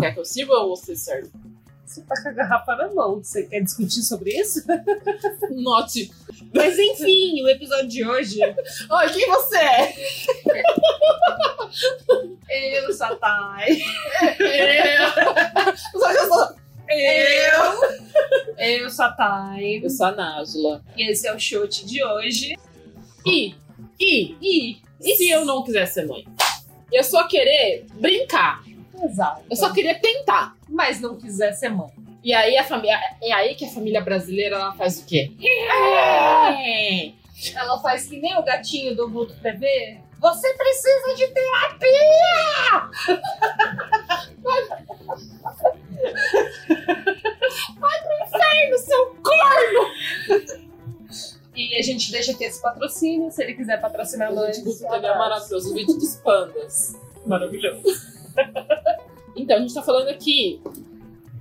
Quer que eu sirva ou você serve? Você tá com a garrafa na mão. Você quer discutir sobre isso? Note. Mas enfim, o episódio de hoje. Oi, quem você é? Eu, Satai. Eu. Só que eu sou- Eu. Eu, Satai. Eu sou a Nájula. E esse é o chute de hoje. E, e, E. e se eu não quiser ser mãe? Eu só querer brincar. Exato. Eu só queria tentar. Mas não quiser ser mãe. E aí a família. É aí que a família brasileira ela faz o quê? É. Ela faz que nem o gatinho do Vulto TV. Você precisa de terapia! Ai, no seu cu! E a gente deixa aqui esse patrocínio, se ele quiser patrocinar nós. O vídeo é maravilhoso, o vídeo dos pandas. Maravilhoso. Então, a gente tá falando aqui.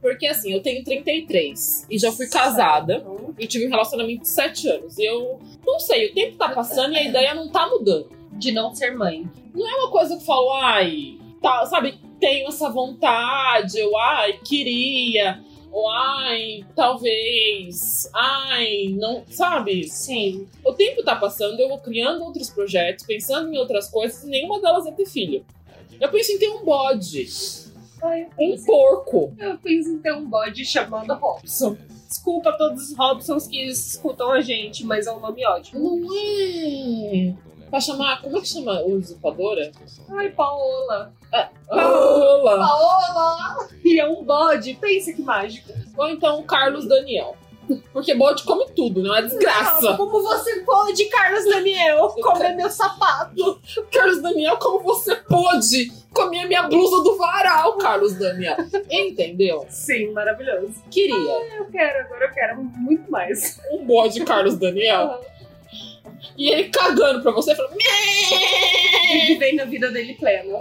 Porque assim, eu tenho 33 e já fui casada. Eu tive um relacionamento de 7 anos. E eu não sei, o tempo tá passando e a ideia não tá mudando. De não ser mãe. É uma coisa que eu falo, ai, tá, sabe, tenho essa vontade, eu ai, queria, ou ai, talvez, ai, não, sabe? Sim. O tempo tá passando, eu vou criando outros projetos, pensando em outras coisas, e nenhuma delas é ter filho. Eu penso em ter um bode, Ai, um porco. eu fiz então um bode chamando Robson. Desculpa a todos os Robsons que escutam a gente, mas é um nome ótimo. Não é. Pra chamar. Como é que chama? Usurpadora? Ai, Paola. Paola! Paola! E é um bode. Pensa que mágico. Ou então Carlos Daniel. Porque bode come tudo, não é Nossa, desgraça. Como você pode, Carlos Daniel, comer meu sapato? Carlos Daniel, como você pôde? Comi a minha blusa do varal, Carlos Daniel. Entendeu? Sim, maravilhoso. Queria Eu quero, agora eu quero muito mais. um bode Carlos Tá. Daniel. E ele cagando pra você, falando. "Mê". E vem na vida dele pleno.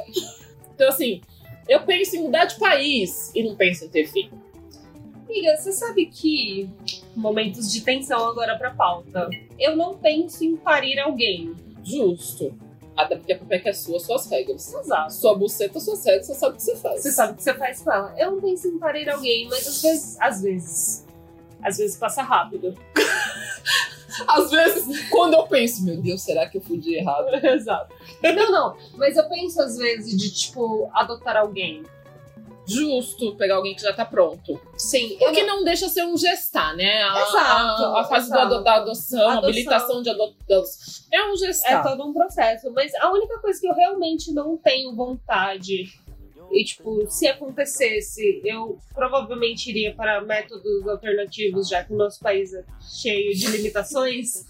Então, assim, eu penso em mudar de país e não penso em ter filho. Amiga, você sabe que momentos de tensão agora pra pauta. Eu não penso em parir alguém. Justo. Até porque a pepeca é sua, suas regras. Exato. Sua buceta, sua sede, você sabe o que você faz. Você sabe o que você faz com ela. Eu não penso em parir alguém, mas às vezes. Às vezes. Às vezes passa rápido. Às vezes, quando eu penso, meu Deus, será que eu fui de errado? Exato. Não, não. Mas eu penso às vezes de, tipo, adotar alguém. Justo pegar alguém que já tá pronto. Sim. Eu O que não deixa ser um gestar, né? A, Exato, a, a fase do exato. ado- da adoção, Adoção. habilitação de adoção. É um É gestar. todo um processo. Mas a única coisa que eu realmente não tenho vontade. E, tipo, se acontecesse, eu provavelmente iria para métodos alternativos, já que o nosso país é cheio de limitações.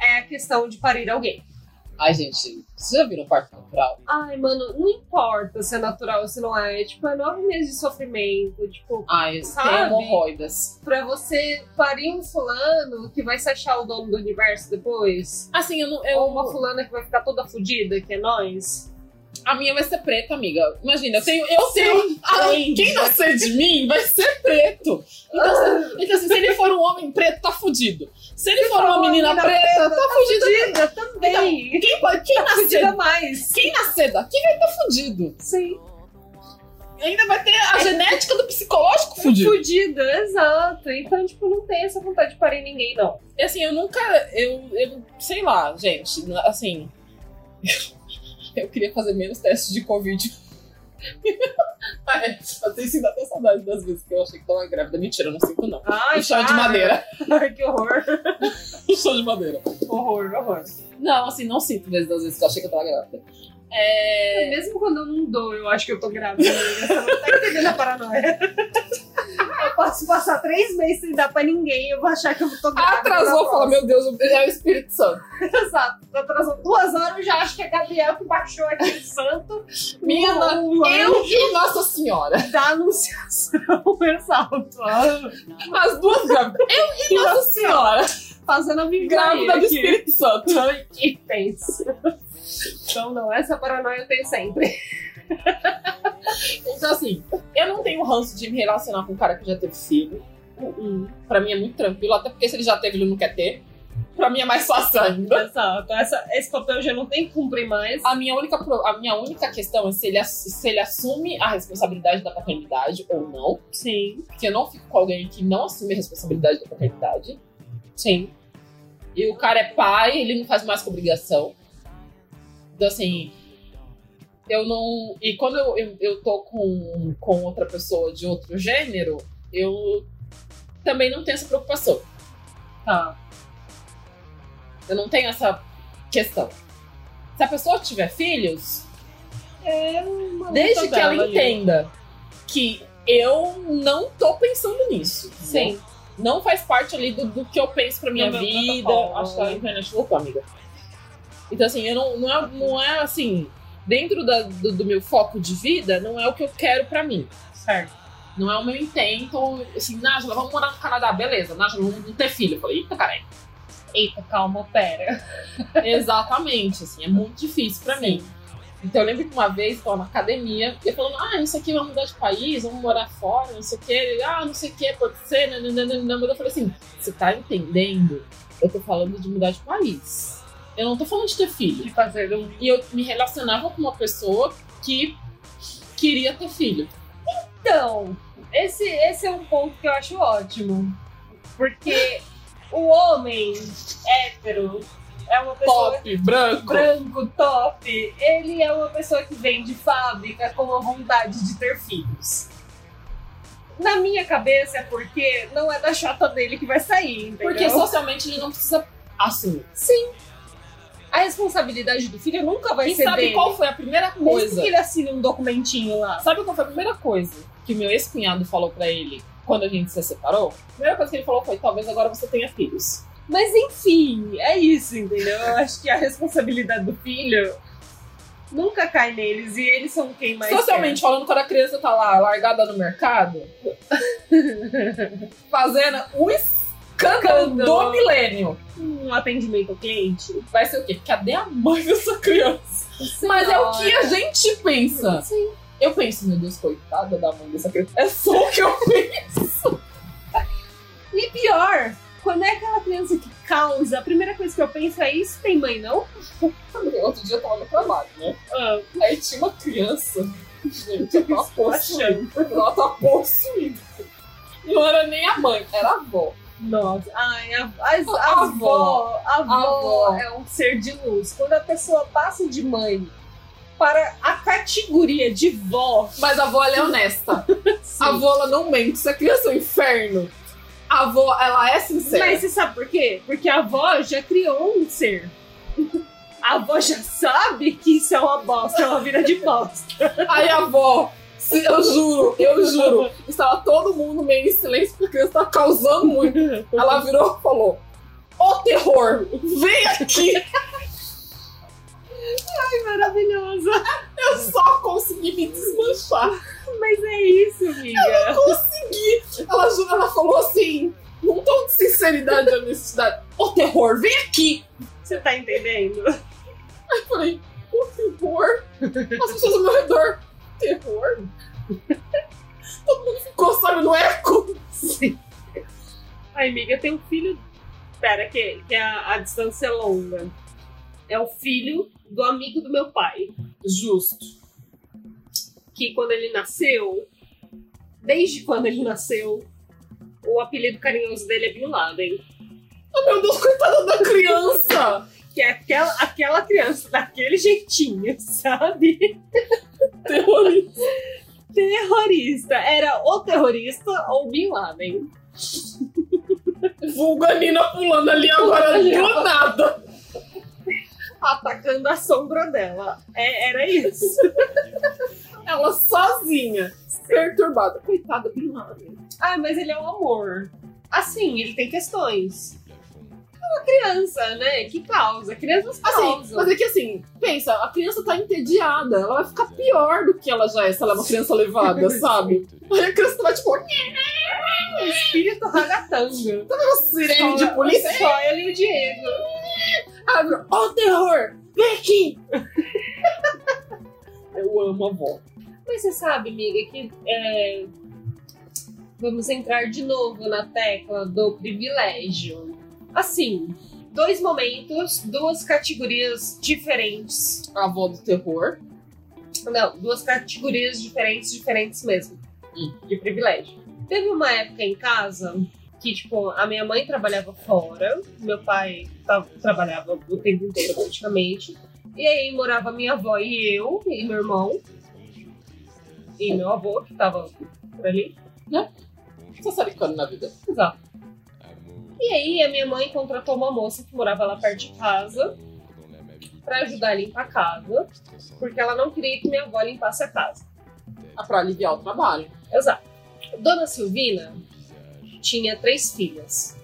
É a questão de parir alguém. Ai, gente, vocês já viram parto natural? Ai, mano, não importa se é natural ou se não é. Tipo, é nove meses de sofrimento. Tipo, Ai, tem Sabe? hemorroidas. pra você parir um fulano que vai se achar o dono do universo depois. Assim, eu não. É Eu, ou uma fulana que vai ficar toda fodida, que é nós. A minha vai ser preta, amiga. Imagina, eu tenho. Eu tenho. Ah, entende, quem nascer de mim vai ser preto. Então, se- então, assim, se ele for um homem preto, tá fudido. Se ele for uma menina preta, tá fudido. Tá fudida também. Quem, pode- quem nascer, Fudida mais. quem nascer daqui vai estar fudido. assim, Sim. Ainda vai ter a genética do psicológico fudido. Fudida, exato. Então, tipo, não tem essa vontade de parir ninguém, não. E assim, eu nunca. Eu, eu sei lá, gente. Assim. Eu queria fazer menos testes de Covid. É, eu tenho sido até saudade das vezes que eu achei que tava grávida. Mentira, eu não sinto, não. Ai, o chão de para. madeira. Ai, que horror. O chão de madeira. Horror, horror. Não, assim, não sinto mesmo das vezes que eu achei que eu tava grávida. É. Mesmo quando eu não dou, eu acho que eu tô grávida. amiga. Você não tá entendendo a paranoia. Eu posso passar três meses sem dar pra ninguém, eu vou achar que eu tô grávida. Atrasou, fala, falou. meu Deus, é o Espírito Santo. Exato. Atrasou duas horas, eu já acho que é Gabriel que baixou aquele santo. Mina, Um anjo Eu e Nossa Senhora. da anunciação. Exato. As duas grávidas. Eu e Nossa Senhora. Fazendo a vingança. Grávida do Espírito Santo. E penso. Então, não, essa paranoia eu tenho sempre. Então, assim, eu não tenho ranço de me relacionar com um cara que já teve filho. Hum, hum. Pra mim é muito tranquilo, até porque se ele já teve, ele não quer ter. Pra mim é mais fácil ainda. Exato. Essa- esse papel já não tem que cumprir mais. A minha única, pro- a minha única questão é se ele, ass- se ele assume a responsabilidade da paternidade ou não. Sim. Porque eu não fico com alguém que não assume a responsabilidade da paternidade. Sim. E o cara é pai, ele não faz mais que obrigação. Então, assim. Eu não. E quando eu, eu, eu tô com, com outra pessoa de outro gênero, eu também não tenho essa preocupação. Tá. Eu não tenho essa questão. Se a pessoa tiver filhos, É uma Desde luta que ela dela ali. entenda que eu não tô pensando nisso. né? Sim. Não faz parte ali do, do que eu penso pra minha meu vida. protocolo. né? Acho que a internet voltou, amiga. Então, assim, eu não, não, é, não é assim. Dentro da- do, do meu foco de vida, não é o que eu quero pra mim. Certo. Não é o meu intento. Assim, Nájila, vamos morar no Canadá, beleza. Nájila, vamos ter filho. Eu falei, eita, caralho. Eita, calma, pera. Exatamente, assim, é muito difícil pra mim. Então eu lembro que uma vez eu tava na academia, e eu falando, ah, isso aqui vai mudar de país, vamos morar fora, não sei o quê. Ele, ah, não sei o quê, pode ser, né, nananana. Mas eu falei assim, você tá entendendo? Eu tô falando de mudar de país. Eu não tô falando de ter filho. De fazer um. E eu me relacionava com uma pessoa que queria ter filho. Então, esse, esse é um ponto que eu acho ótimo. Porque o homem hétero é uma pessoa Top, branco. branco, top. Ele é uma pessoa que vem de fábrica com a vontade de ter filhos. Na minha cabeça é porque não é da chota dele que vai sair, entendeu? Porque socialmente ele não precisa. Assim, Sim. A responsabilidade do filho nunca vai e ser sabe dele. qual foi a primeira Mesmo coisa? que ele assine um documentinho lá. Sabe qual foi a primeira coisa que o meu ex-cunhado falou pra ele quando a gente se separou? A primeira coisa que ele falou foi: talvez agora você tenha filhos. Mas enfim, é isso, entendeu? Eu acho que a responsabilidade do filho nunca cai neles e eles são quem mais. Socialmente falando, quando a criança tá lá largada no mercado, fazendo o escândalo do Escândalo. milênio. quer. um atendimento ao cliente. Vai ser o quê? Cadê a mãe dessa criança? Mas é o que a gente pensa. Sim. Eu penso, meu Deus, coitada da mãe dessa criança. É só o que eu penso. E pior, quando é aquela criança que causa, a primeira coisa que eu penso é isso tem mãe, não? Ah, Outro dia eu tava no trabalho, né? Aí tinha uma criança. Gente, eu tava possuída. Ela tava possuída. Não era nem a mãe, era a avó. Nossa. Ai, a, as- A- a avó. avó, a avó avó. é um ser de luz. Quando a pessoa passa de mãe para a categoria de vó, Mas a avó, ela é honesta. A a vó- avó, ela não mente. Se a criança é um inferno, a avó, ela é sincera. mas você sabe por quê? Porque a avó já criou um ser. A avó já sabe que isso é uma bosta, é uma vida de bosta. Aí a avó, se- eu juro, eu juro, estava todo mundo meio em silêncio porque a criança tava causando muito. Ela virou e falou: Ô terror, vem aqui! Ai, maravilhosa. Eu só consegui me desmanchar. Mas é isso, amiga. consegui. Ela, jura, ela falou assim, num tom de sinceridade e honestidade. Ô terror, vem aqui! Você tá entendendo? Aí eu falei, ô terror? As pessoas ao meu redor, terror? Todo mundo ficou, sabe, no eco. Ai, amiga, eu tenho um filho. Pera, que, que a, a distância é longa. É o filho do amigo do meu pai. Justo. Que quando ele nasceu, desde quando ele nasceu, o apelido carinhoso dele é Bin Laden. Oh, meu Deus, coitada da criança! Que é aquela, aquela criança daquele jeitinho, sabe? Terrorista. Terrorista. Era o terrorista ou Bin Laden. Vulga Nina pulando ali agora do nada. Atacando a sombra dela. É- era isso. Ela sozinha, perturbada. Coitada, Bin Laden. Ah, mas ele é um amor. Assim, ele tem questões. É uma criança, né? Que causa. Crianças Assim, causam. mas é que assim, pensa, a criança tá entediada, ela vai ficar pior do que ela já é se ela é uma criança levada, sabe? Aí a criança vai tipo, "Nhe, o Um espírito ragatanga. uma sirene de polícia. Só ele e o Diego. Abre, ó o terror, vem aqui! Eu amo a avó. Mas você sabe, amiga, que é, vamos entrar de novo na tecla do privilégio. Assim, dois momentos, duas categorias diferentes. A avó do terror. Não, duas categorias diferentes, diferentes mesmo. De privilégio. Teve uma época em casa que, tipo, a minha mãe trabalhava fora, meu pai tava- trabalhava o tempo inteiro praticamente. E aí morava minha avó e eu, e meu irmão. E meu avô, que tava por ali. Você sabe quando na vida. Exato. E aí a minha mãe contratou uma moça que morava lá perto de casa pra ajudar a limpar a casa, porque ela não queria que minha avó limpasse a casa. Ah, pra aliviar o trabalho. Exato. Dona Silvina tinha três filhas.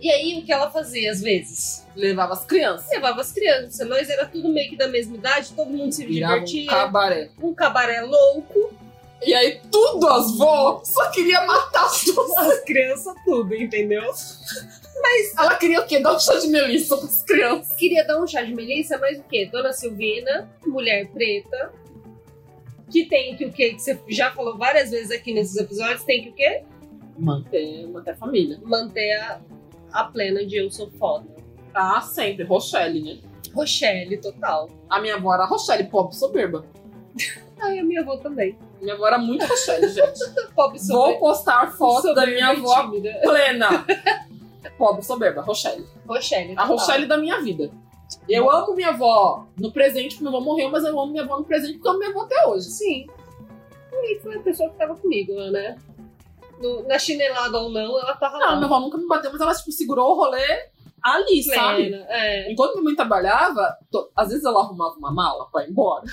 E aí o que ela fazia às vezes? Levava as crianças. Levava as crianças, nós era tudo meio que da mesma idade, todo mundo se Virava um divertia, cabaré. um cabaré louco, E aí, tudo as vó só queria matar tudo. as crianças tudo, entendeu? Ela queria o quê? Dar um chá de melissa pras crianças. Queria dar um chá de melissa, mas o quê? Dona Silvina, mulher preta, que tem que o quê? Que você já falou várias vezes aqui nesses episódios, tem que o quê? Manter, manter a família. Manter a, a plena de eu sou foda. Ah, sempre. Rochelle, né? Rochelle, total. A minha avó era Rochelle, pobre soberba. Ai, a minha avó também. Minha avó era muito Rochelle, gente. Pobre sobre... Vou postar foto da soberba minha e avó tímida. plena. Pobre soberba, Rochelle. Rochelle. A total. Rochelle da minha vida. Eu amo minha avó no presente, porque minha avó morreu, mas eu amo minha avó no presente porque eu amo minha avó até hoje. Sim. E foi a pessoa que tava comigo, né? No- na chinelada ou não, ela tava Não, minha lá. avó nunca me bateu, Ah, mas ela tipo, segurou o rolê ali, sabe? Tá. plena. É. Enquanto minha mãe trabalhava, to- às vezes ela arrumava uma mala pra ir embora.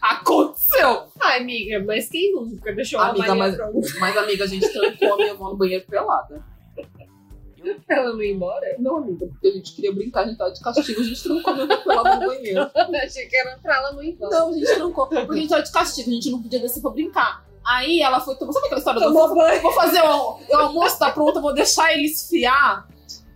Aconteceu! Ai, Ah, amiga, mas quem nunca deixou a Amiga, Maria mas- pronta Mas, amiga, a gente trancou a minha avó no banheiro pelada. pra ela não ir embora? Não, amiga, porque a gente queria brincar, a gente tava de castigo, a gente trancou a minha avó pelada no banheiro. tá? Achei que era pra ela não ir embora. Não, a gente trancou. Porque a gente tava de castigo, a gente não podia descer pra brincar. Aí ela foi tomar. Sabe aquela história do Tomou banho. Eu vou fazer o, o almoço, tá pronto, eu vou deixar ele esfriar.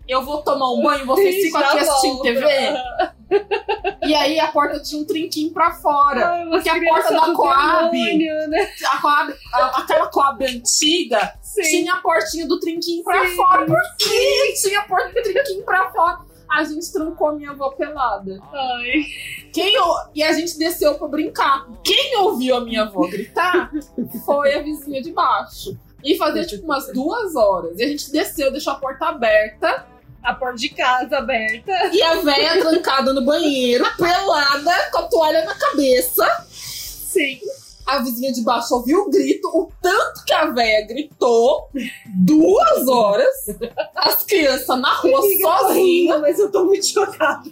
Eu vou tomar um banho, vocês ficam Já aqui assistindo volta. TV. E aí a porta tinha um trinquinho pra fora. Ai, Ah, você Porque a criança porta da do Coab- demônio, né? A Coab- a- aquela Coab antiga Sim. tinha a portinha do trinquinho pra fora. Por quê? Tinha a porta do trinquinho pra fora. A gente trancou a minha avó pelada. Ai. Quem ou- E a gente desceu pra brincar. Quem ouviu a minha avó gritar foi a vizinha de baixo. E fazia tipo umas duas horas. E a gente desceu, deixou a porta aberta. A porta de casa aberta. E a véia trancada no banheiro, pelada, com a toalha na cabeça. Sim. A vizinha de baixo ouviu o grito, o tanto que a véia gritou. Duas horas. As crianças na rua Amiga, eu tô sozinhas. rindo, Mas eu tô muito chocada.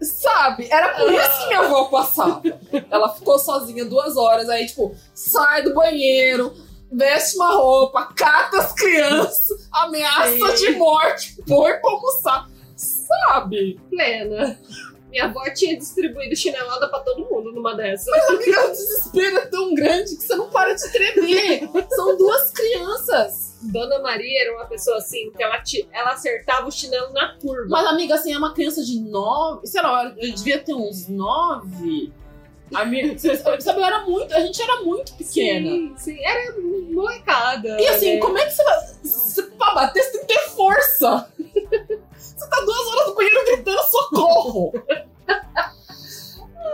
Sabe? Era por isso que minha avó passava. Ela ficou sozinha duas horas, aí, tipo, sai do banheiro, veste uma roupa, cata as crianças, ameaça Sim. de morte, põe pra almoçar. Sabe? Plena. Minha avó tinha distribuído chinelada pra todo mundo numa dessa. Mas, amiga, o desespero é tão grande que você não para de tremer. São duas crianças. Dona Maria era uma pessoa assim que ela, ti- ela acertava o chinelo na curva. Mas, amiga, assim, é uma criança de nove. Sei lá, eu devia ter uns nove. A minha, sabe, eu era muito. A gente era muito pequena. Sim, sim. Era molecada. E assim, né? como é que você vai. Você, pra bater, você tem que ter força. Você tá duas horas no banheiro gritando socorro.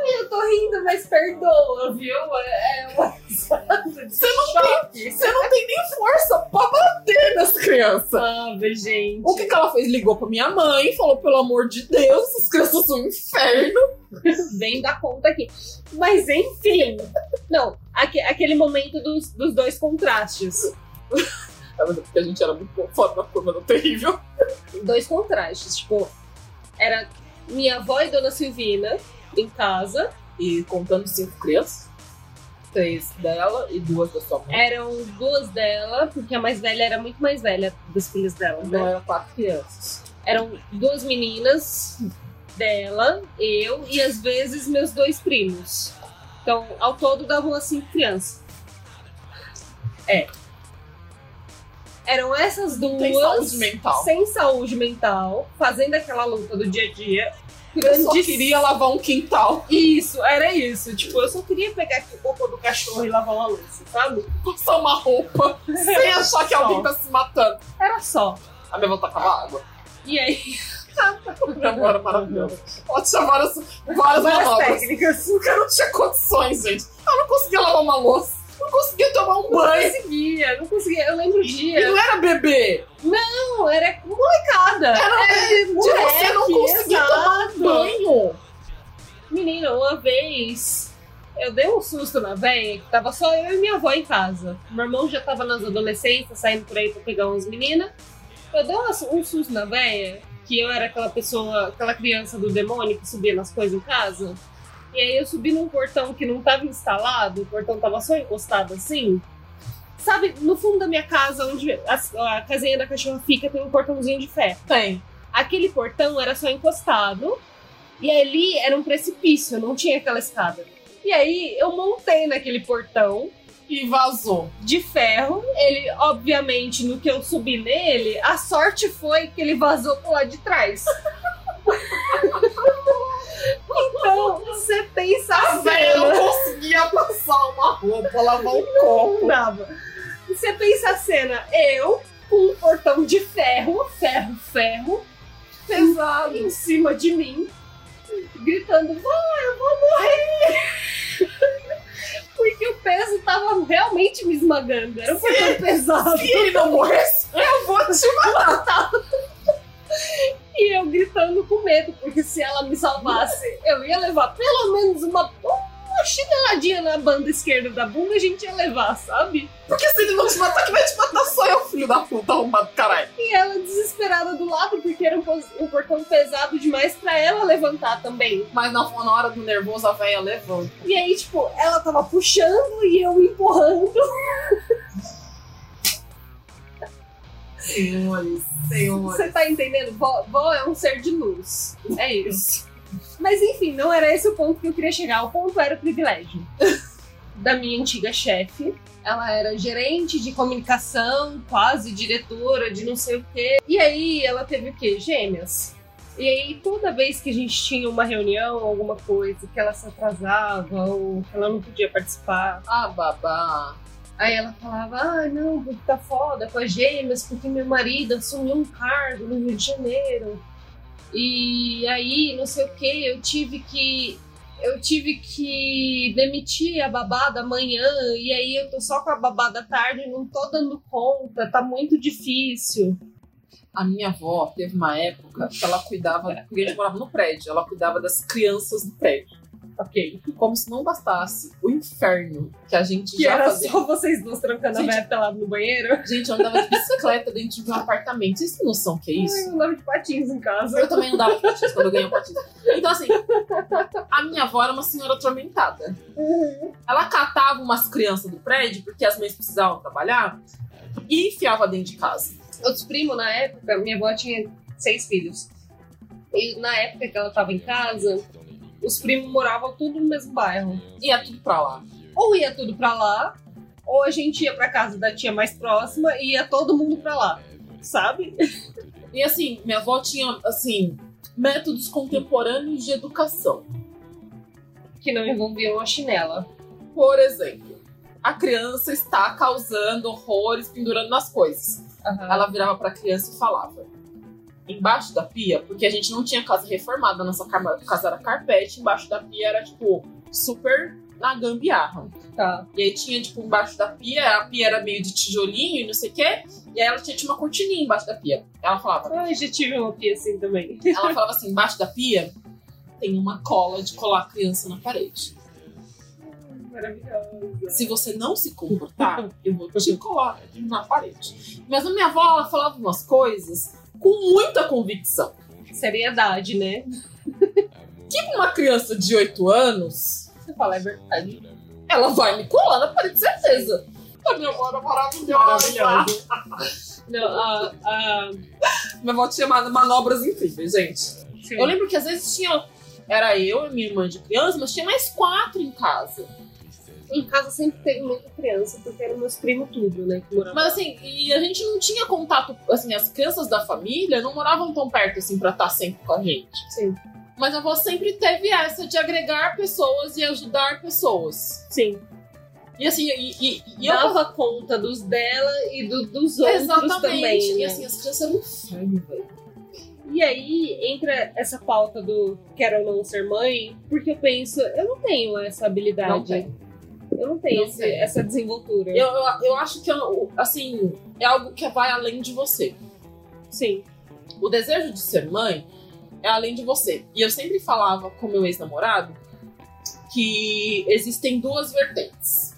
Eu tô rindo, mas perdoa, viu? É é uma Você não tem... Você não tem nem força pra bater nas crianças. Sabe, gente. O que, que ela fez? Ligou pra minha mãe e falou: pelo amor de Deus, essas crianças são um inferno. Vem dar conta aqui. Mas enfim. Não, aque- aquele momento dos, dos dois contrastes. Ah, mas é Porque a gente era muito fora da curva do terrível. Dois contrastes. Tipo, era minha avó e dona Silvina em casa. E contando cinco crianças, três dela e duas da sua mãe. Eram duas dela, porque a mais velha era muito mais velha das filhas dela, né? Então eram quatro crianças. eram duas meninas dela, eu e às vezes meus dois primos. Então, ao todo davam assim crianças. É. Eram essas duas Tem saúde mental. sem saúde mental, fazendo aquela luta do dia a dia. Eu só Grandes- queria lavar um quintal. Isso, era isso. Tipo, eu só queria pegar aqui o cocô do cachorro e lavar uma louça, sabe? Passar uma roupa sem achar que Só. alguém tá se matando. Era só. A minha avó tá com a água. E aí, Ah, tá Minha avó era maravilhosa. Ela tinha várias, várias várias manobras. técnicas. O cara não tinha condições, gente. Ela não conseguia lavar uma louça. Não conseguia tomar um Não banho. conseguia, não conseguia. Eu lembro o E dia. não era bebê. Não, era molecada. Era De É, você não conseguir tomar um banho. Menina, uma vez eu dei um susto na véia, que tava só eu e minha avó em casa. Meu irmão já tava nas adolescências, saindo por aí pra pegar umas meninas. Eu dei uma- um susto na véia, que eu era aquela pessoa, aquela criança do demônio que subia nas coisas em casa. E aí eu subi num portão que não tava instalado, o portão tava só encostado assim. Sabe, no fundo da minha casa, onde a, a casinha da cachorra fica, tem um portãozinho de ferro Tem. aquele portão era só encostado e ali era um precipício, não tinha aquela escada. E aí eu montei naquele portão E vazou. de ferro. Ele, obviamente, no que eu subi nele, a sorte foi que ele vazou pro lado de trás. então, você pensa A a velha cena. não conseguia passar uma roupa, lavar um Não copo. dava. Você pensa a cena, eu com um portão de ferro, ferro, ferro, pesado em cima de mim, gritando: vá, eu vou morrer! Porque o peso tava realmente me esmagando, era um portão pesado. Se ele não morresse, eu vou te E eu gritando com medo, porque se ela me salvasse, eu ia levar pelo menos uma, uma chineladinha na banda esquerda da bunda, a gente ia levar, sabe? Porque se ele não te matar, que vai te matar só eu, filho da puta, arrumado do caralho. E ela desesperada do lado, porque era um, pos- um portão pesado demais pra ela levantar também. Mas na, na hora do nervoso, a velha levanta. E aí, tipo, ela tava puxando e eu empurrando. Senhores, Você tá entendendo? Vó, vó é um ser de luz. É isso. Mas enfim, não era esse o ponto que eu queria chegar. O ponto era o privilégio da minha antiga chefe. Ela era gerente de comunicação, quase diretora de não sei o quê. E aí ela teve o quê? Gêmeas. E aí, toda vez que a gente tinha uma reunião, alguma coisa, que ela se atrasava ou que ela não podia participar, Ah, babá. Aí ela falava, ah, não, porque tá foda com as gêmeas, porque meu marido assumiu um cargo no Rio de Janeiro. E aí, não sei o que, eu tive que. Eu tive que demitir a babá da manhã, e aí eu tô só com a babá da tarde, não tô dando conta, tá muito difícil. A minha avó teve uma época que ela cuidava, porque a gente morava no prédio, ela cuidava das crianças do prédio. Ok. Como se não bastasse o inferno que assim. a gente Que já era fazia. só vocês duas trancando Gente. a meta lá no banheiro. Gente, eu andava de bicicleta dentro de um apartamento. Vocês têm noção que é isso? Ai, eu andava de patins em casa. Eu também não dava patins quando eu ganhei o patins. Então, assim, a minha avó era uma senhora atormentada. Ela catava umas crianças do prédio, porque as mães precisavam trabalhar, e enfiava dentro de casa. Outros primos, na época, minha avó tinha seis filhos. E na época que ela tava em casa, os primos moravam tudo no mesmo bairro. Ia é tudo pra lá. Ou ia tudo pra lá, ou a gente ia pra casa da tia mais próxima e ia todo mundo pra lá. Sabe? E assim, minha avó tinha, assim, métodos contemporâneos de educação. Que não envolviam a chinela. Por exemplo, a criança está causando horrores pendurando nas coisas. Aham. Ela virava pra criança e falava. Embaixo da pia, porque a gente não tinha casa reformada, nossa cama- casa era carpete, embaixo da pia era, tipo, super na gambiarra. Tá. E aí tinha, tipo, embaixo da pia, a pia era meio de tijolinho e não sei o quê, e aí ela tinha, tipo, uma cortininha embaixo da pia. Ela falava, Ai, já tive uma pia assim também. ela falava assim, embaixo da pia tem uma cola de colar a criança na parede. Maravilhosa. Se você não se comportar, eu vou te colar na parede. Mas a minha avó, ela falava umas coisas com muita convicção. Seriedade, né? Tipo uma criança de 8 anos, Você fala, é verdade. ela vai me colar na parede, certeza. A minha avó era maravilhosa. Maravilhosa. Não, a. a... Minha avó tinha ma- manobras incríveis, gente. Sim. Eu lembro que às vezes tinha. Era eu e minha irmã de criança, mas tinha mais quatro em casa. Em casa sempre teve muita criança, porque eram meus primos tudo, né? Que moravam. Mas assim, e a gente não tinha contato. Assim, as crianças da família não moravam tão perto assim pra estar sempre tá com a gente. Sim. Mas a avó sempre teve essa de agregar pessoas e ajudar pessoas. Sim. E assim, e, e- e eu. Dava conta dos dela e do- dos outros Exatamente. também. E né? assim, as crianças eram um inferno, velho. E aí entra essa pauta do quero ou não ser mãe, porque eu penso, eu não tenho essa habilidade. Não tem. Eu não tenho Não esse- tem. essa desenvoltura. Eu, eu, eu acho que, eu- assim, é algo que vai além de você. Sim. O desejo de ser mãe é além de você. E eu sempre falava com meu ex-namorado que existem duas vertentes,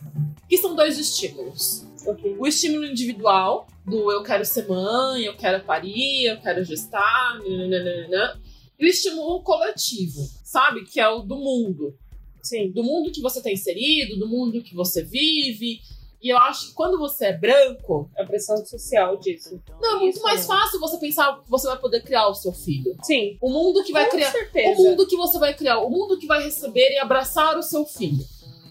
que são dois estímulos. Ok. O estímulo individual, do eu quero ser mãe, eu quero parir, eu quero gestar, nananana, e o estímulo coletivo, sabe? Que é o do mundo Sim. do mundo que você está inserido, do mundo que você vive. E eu acho que quando você é branco, A pressão social disso. não, é muito Isso mais mesmo. fácil você pensar que você vai poder criar o seu filho. Sim. O mundo que vai Com criar. um- certeza. O mundo que você vai criar, o mundo que vai receber e abraçar o seu filho.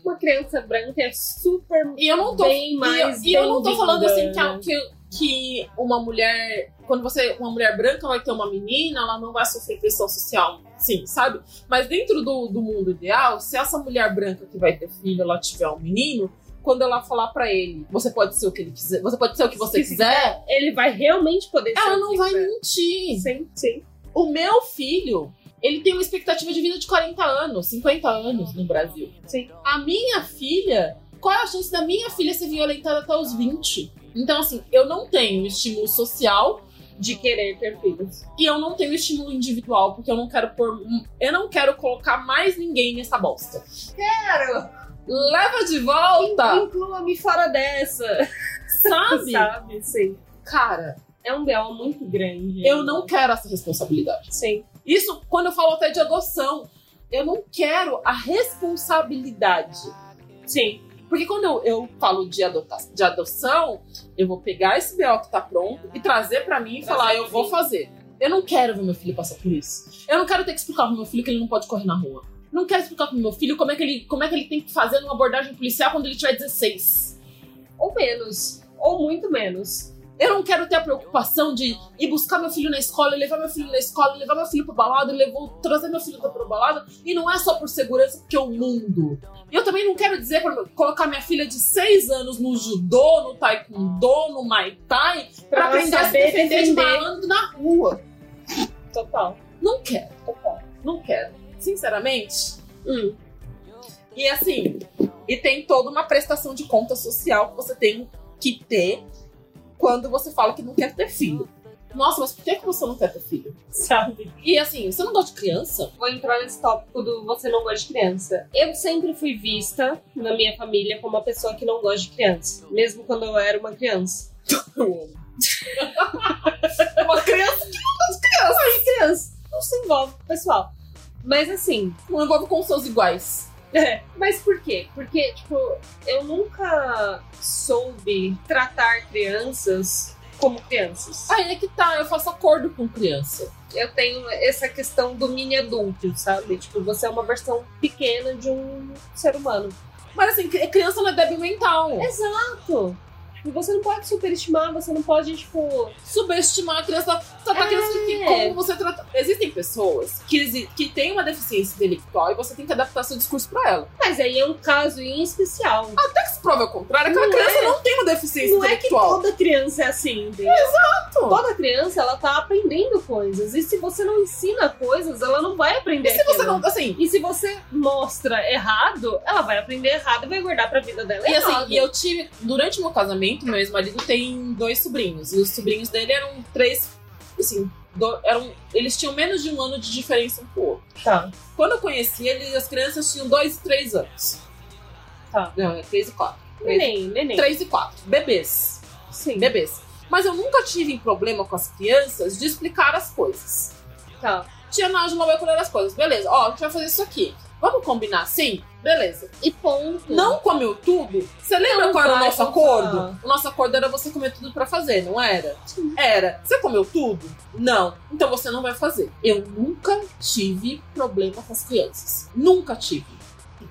Uma criança branca é super E eu não tô, bem e mais. eu, e eu não tô bem-vinda, falando assim que, né? a- que, que uma mulher. Quando você uma mulher branca vai ter uma menina, ela não vai sofrer pressão social. Sim, sabe? Mas dentro do, do mundo ideal, se essa mulher branca que vai ter filho, ela tiver um menino, quando ela falar pra ele, você pode ser o que ele quiser, você pode ser o que você Se quiser, Ele vai realmente poder ser. ela não vai quiser. mentir. Sim, sim. O meu filho, ele tem uma expectativa de vida de 40 anos, 50 anos no Brasil. Sim. A minha filha, qual é a chance da minha filha ser violentada até os 20? Então, assim, eu não tenho estímulo social De querer ter filhos. e eu não tenho estímulo individual, porque eu não quero pôr. um, Eu não quero colocar mais ninguém nessa bosta. Claro! Leva de volta! Inclua-me fora dessa. Sabe? Sabe? Sim. Cara, É um B.O. muito grande. eu não quero essa responsabilidade. Sim. Isso quando eu falo até de adoção. Eu não quero a responsabilidade. Sim. Porque quando eu, eu falo de, adota- de adoção, eu vou pegar esse BO que tá pronto e trazer pra mim e Trazer falar, pra eu mim. vou fazer. Eu não quero ver meu filho passar por isso. Eu não quero ter que explicar pro meu filho que ele não pode correr na rua. Não quero explicar pro meu filho como é que ele, como é que ele tem que fazer numa abordagem policial quando ele tiver 16. Ou menos. Ou muito menos. Eu não quero ter a preocupação de ir buscar meu filho na escola, levar meu filho na escola, levar meu filho pra balada, levou, trazer meu filho pra balada. E não é só por segurança, porque é o mundo. Eu também não quero dizer pra colocar minha filha de 6 anos no judô, no taekwondo, no muay thai, pra, ela aprender a se defender, de malandro na rua. Total. Não quero, Total. não quero. Sinceramente. Hum. E assim, e tem toda uma prestação de conta social que você tem que ter quando você fala que não quer ter filho. Nossa, mas por que, que você não quer ter filho? Sabe? E assim, você não gosta de criança? Vou entrar nesse tópico do você não gosta de criança. Eu sempre fui vista na minha família como uma pessoa que não gosta de criança. Mesmo quando eu era uma criança. Uma criança E criança não se envolve com o pessoal. Mas assim, não envolve com seus iguais. É, mas por quê? Porque, tipo, eu nunca soube tratar crianças como crianças. Aí é que tá, eu faço acordo com criança. Eu tenho essa questão do mini adulto, sabe? Tipo, você é uma versão pequena de um ser humano. Mas assim, cri- criança não é débil mental. Exato! Tipo, você não pode superestimar, você não pode, tipo. Subestimar a criança, tratar a É. criança que, que- como você trata. Existem pessoas que, exi- que têm uma deficiência intelectual e você tem que adaptar seu discurso pra ela. Mas aí é um caso em especial. Até que se prove ao contrário, aquela Não é. criança não tem uma deficiência não é que intelectual. toda criança é assim, entendeu? Exato. Toda criança, ela tá aprendendo coisas. E se você não ensina coisas, ela não vai aprender E se você aquilo. não. Assim, E se você mostra errado, ela vai aprender errado e vai guardar pra vida dela E errado. assim, e eu tive. Durante o meu casamento, meu ex-marido tem dois sobrinhos. E os sobrinhos dele eram três. Assim, do- eram, eles tinham menos de um ano de diferença um pro outro. Tá. Quando eu conheci eles, as crianças tinham dois e três anos. Tá. Não, é três e quatro. Neném, neném. Três e quatro. Bebês. Sim. Bebês. Mas eu nunca tive problema com as crianças de explicar as coisas. Tá. Tia Nádia não vai cuidar das coisas. Beleza, ó, a gente vai fazer isso aqui. Vamos combinar assim? Beleza. E ponto. Não comeu tudo? Você lembra Não qual era o vai nosso contar. acordo? O nosso acordo era você comer tudo pra fazer, não era? Era. Você comeu tudo? Não. Então você não vai fazer. Eu nunca tive problema com as crianças. Nunca tive.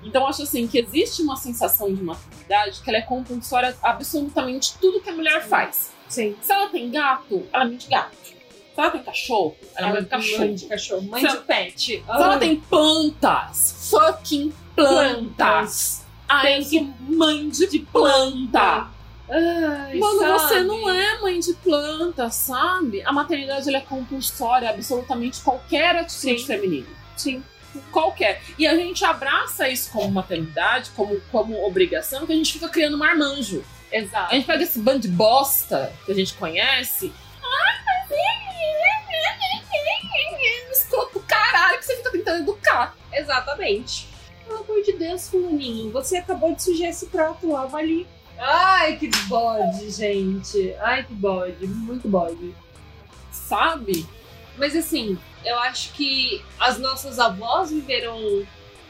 Então eu acho assim que existe uma sensação de maternidade que ela é compulsória a absolutamente tudo que a mulher faz. Sim. Se ela tem gato, ela mente gato. Se ela tem cachorro, ela é mãe do Mãe cachorro. de cachorro. Mãe Se de pet. Se ela tem plantas, fucking plantas. Ai, que mãe de, de planta. Ai, Mano, sabe? você não é mãe de planta, sabe? A maternidade ela é compulsória, absolutamente qualquer atitude Sim. feminina. Sim. Qualquer. E a gente abraça isso como maternidade, como, como obrigação, que a gente fica criando marmanjo. A Exato. gente pega esse bando de bosta que a gente conhece. Ah, escroto do caralho que você fica tentando educar. Exatamente. Pelo amor de Deus, fulaninho. Você acabou de sujar esse prato, lava ali. Ai, que bode, gente. Ai, que bode. Muito bode. Sabe? Mas assim, eu acho que as nossas avós viveram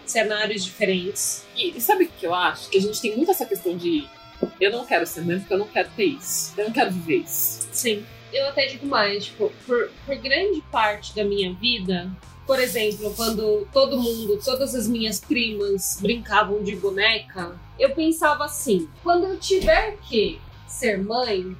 cenários diferentes. E, e sabe o que eu acho? Que a gente tem muito essa questão de eu não quero ser mãe porque eu não quero ter isso. Eu não quero viver isso. Sim. Eu até digo mais, tipo, por, por grande parte da minha vida, por exemplo, quando todo mundo, todas as minhas primas brincavam de boneca, eu pensava assim: quando eu tiver que ser mãe,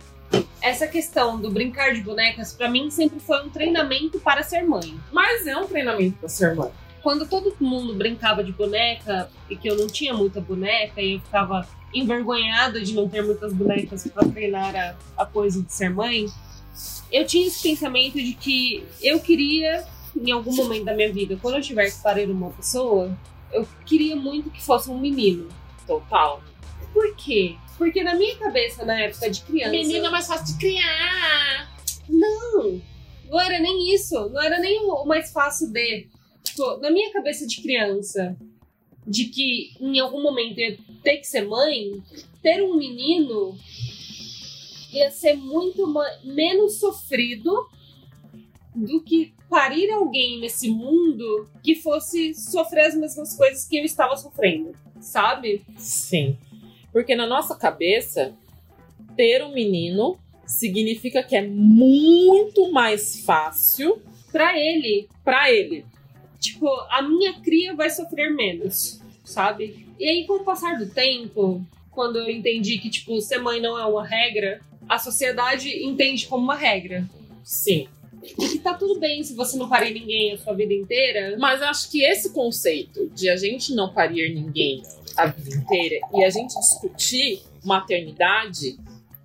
essa questão do brincar de bonecas, pra mim, sempre foi um treinamento para ser mãe. Mas é um treinamento pra ser mãe. quando todo mundo brincava de boneca e que eu não tinha muita boneca e eu ficava envergonhada de não ter muitas bonecas pra treinar a, a coisa de ser mãe, eu tinha esse pensamento de que eu queria, em algum momento da minha vida, quando eu tiver que parir uma pessoa, eu queria muito que fosse um menino. Total. Por quê? Porque na minha cabeça, na época de criança. é mais fácil de criar. Não, não era nem isso. Não era nem o mais fácil de. Tipo, na minha cabeça de criança, de que em algum momento eu ia ter que ser mãe, ter um menino ia ser muito ma- menos sofrido do que parir alguém nesse mundo que fosse sofrer as mesmas coisas que eu estava sofrendo, sabe? Sim. Porque na nossa cabeça, ter um menino significa que é muito mais fácil Pra ele, pra ele. tipo, a minha cria vai sofrer menos, sabe? E aí, com o passar do tempo, quando eu entendi que, tipo, ser mãe não é uma regra, a sociedade entende como uma regra. Sim. E que tá tudo bem se você não parir ninguém a sua vida inteira. Mas acho que esse conceito de a gente não parir ninguém a vida inteira e a gente discutir maternidade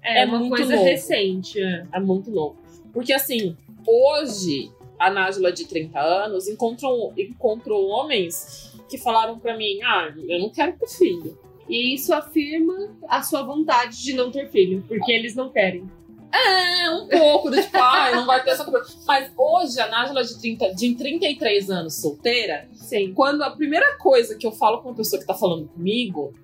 É, É uma muito coisa novo. recente. é. é muito louco. Porque assim, hoje a Nájula de 30 anos encontrou, um, encontrou homens que falaram pra mim: ah, eu não quero ter filho. E isso afirma a sua vontade de não ter filho, porque eles não querem. É, um pouco, do tipo, ai, não vai ter essa coisa. Mas hoje, a Nájula de, 30, de 33 anos solteira, Sim. quando a primeira coisa que eu falo com uma pessoa que tá falando comigo,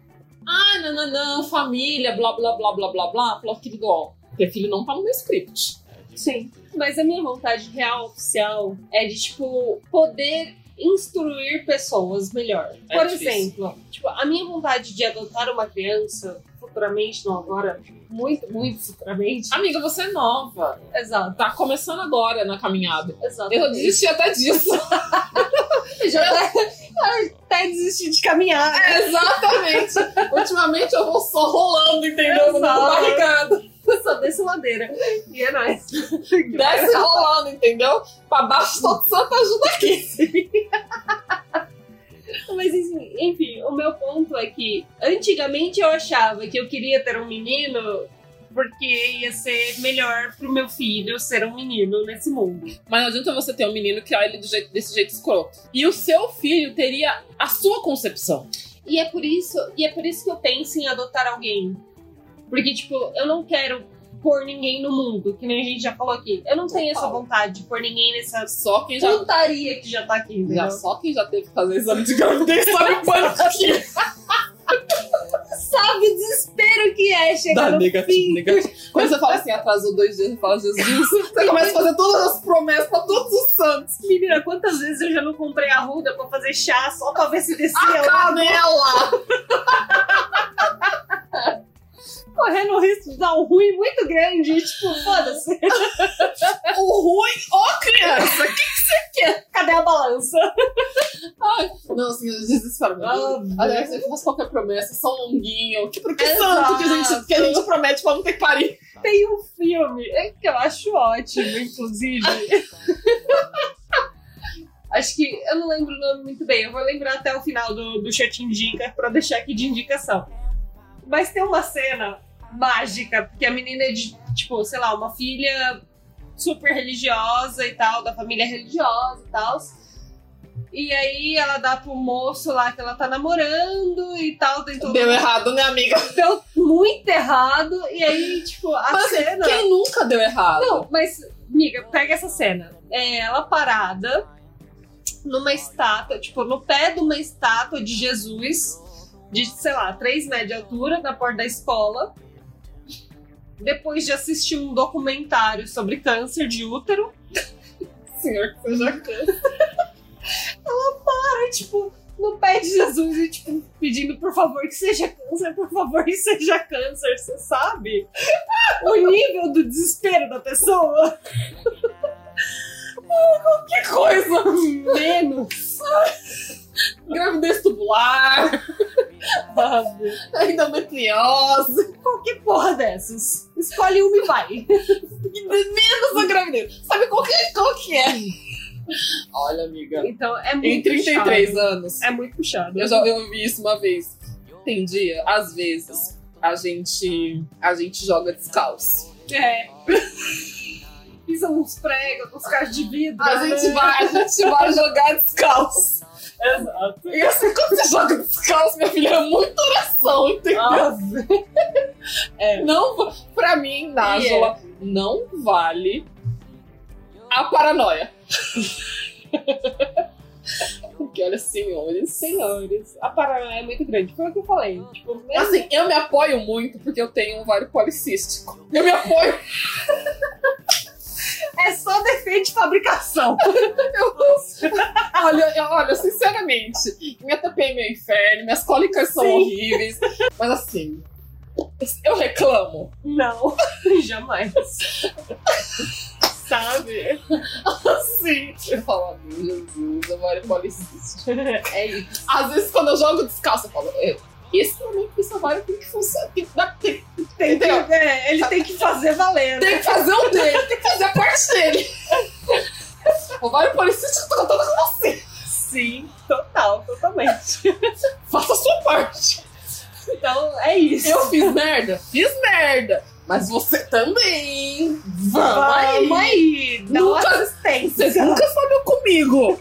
ah, não, não, não, família, blá, blá, blá, blá, blá, blá, falou, querido, ó, ter filho não tá no meu script. Sim. Mas a minha vontade real, oficial, é de, tipo, poder instruir pessoas melhor. É Por difícil. exemplo, tipo, a minha vontade de adotar uma criança futuramente, não agora, muito, muito futuramente. Amiga, você é nova, Exato, tá começando agora na caminhada. exato. Eu desisti até disso. já até desisti Tá de caminhar. Exatamente. Ultimamente eu vou só rolando, entendeu? Vou Exato. barrigada. Só desço ladeira. E é nóis. Desce rolando, entendeu? Pra baixo, todo santo ajuda aqui. Mas assim, enfim, o meu ponto é que antigamente eu achava que eu queria ter um menino porque ia ser melhor pro meu filho ser um menino nesse mundo. Mas não adianta você ter um menino que olha ele do jeito- desse jeito escroto. E o seu filho teria a sua concepção. E é por isso, e é por isso que eu penso em adotar alguém. Porque tipo, eu não quero pôr ninguém no mundo, que nem a gente já falou aqui. Eu não tenho essa Total. vontade de pôr ninguém nessa É Só quem já. putaria que já tá aqui, entendeu? já- só quem já teve que fazer exame de gravidez sabe o quanto que Sabe o desespero que é chegar dá no negativo, negativo. Quando você fala assim, atrasou dois dias, você fala Jesus, você começa a fazer todas as promessas pra todos os santos. Menina, quantas vezes eu já não comprei a ruda pra fazer chá só pra ver se descia A lá, canela! correndo o risco de dar um ruim muito grande. Tipo, foda-se, É O ruim, ô criança! cadê a balança? Ai, não, assim, eu desespero. meu Deus. Aliás, se eu faço qualquer promessa, só um longuinho. Que, pro que Exato. santo que a, gente, que a gente promete pra não ter que parir. Tem um filme é que eu acho ótimo, inclusive. acho que eu não lembro o nome muito bem. Eu vou lembrar até o final do, do shot indica pra deixar aqui de indicação. Mas tem uma cena mágica, porque a menina é de, tipo, sei lá, uma filha super religiosa e tal, da família religiosa e tal. E aí ela dá pro moço lá que ela tá namorando e tal, tentou Deu errado, né, amiga? deu muito errado. E aí, tipo, a Mas cena. Quem nunca deu errado? Não, mas, amiga, pega essa cena. É ela parada numa estátua, tipo, no pé de uma estátua de Jesus, de, sei lá, 3 metros de altura, na porta da escola. Depois de assistir um documentário sobre câncer de útero. senhor, que eu já canso. Ai, tipo, no pé de Jesus e, tipo, pedindo, por favor, que seja câncer, por favor, que seja câncer, você sabe? O nível do desespero da pessoa. Ah, Qualquer coisa menos. Gravidez tubular, sabe? endometriose, Qualquer porra dessas. Escolhe uma e vai. menos a gravidez. Sabe qual que, qual que é? Olha, amiga. Então é muito Em 33 puxado. anos, É muito puxado. eu já eu ouvi isso uma vez. Tem dia, às vezes, a gente, a gente joga descalço. É. Pisa uns pregos com os caras de vidro. né? A gente vai, a gente vai jogar descalço. Exato. E assim, quando você joga descalço, minha filha, é muita oração, entendeu? É. Não, va- pra mim, Nájula, não vale a paranoia. Porque olha, senhores, Senhores, a paranoia é muito grande. Foi o que eu falei. Tipo, mesmo- Assim, eu me apoio muito porque eu tenho um ovário policístico. Eu me apoio, é só defende fabricação. olha, eu- olha, sinceramente, minha TPM é um inferno, minhas cólicas são Sim. horríveis, mas assim, eu reclamo. Não, jamais. Sabe? Assim, eu falo, "Ah, meu Jesus, ovário policístico. É isso. Às vezes, quando eu jogo descalço, eu falo, "É, esse momento que esse ovário tem que funcionar, tem que dar- tem- Tem que, Entendeu? é, ele tem que fazer valer. né? Tem que fazer o dele, tem que fazer a parte dele. O Mário Policístico tá contando com você. Sim, total, totalmente. Faça a sua parte. Então é isso. Eu fiz merda? Fiz merda. Mas você também. Vamos aí. Vamos aí, dá uma Nunca- assistência. Você nunca falou comigo.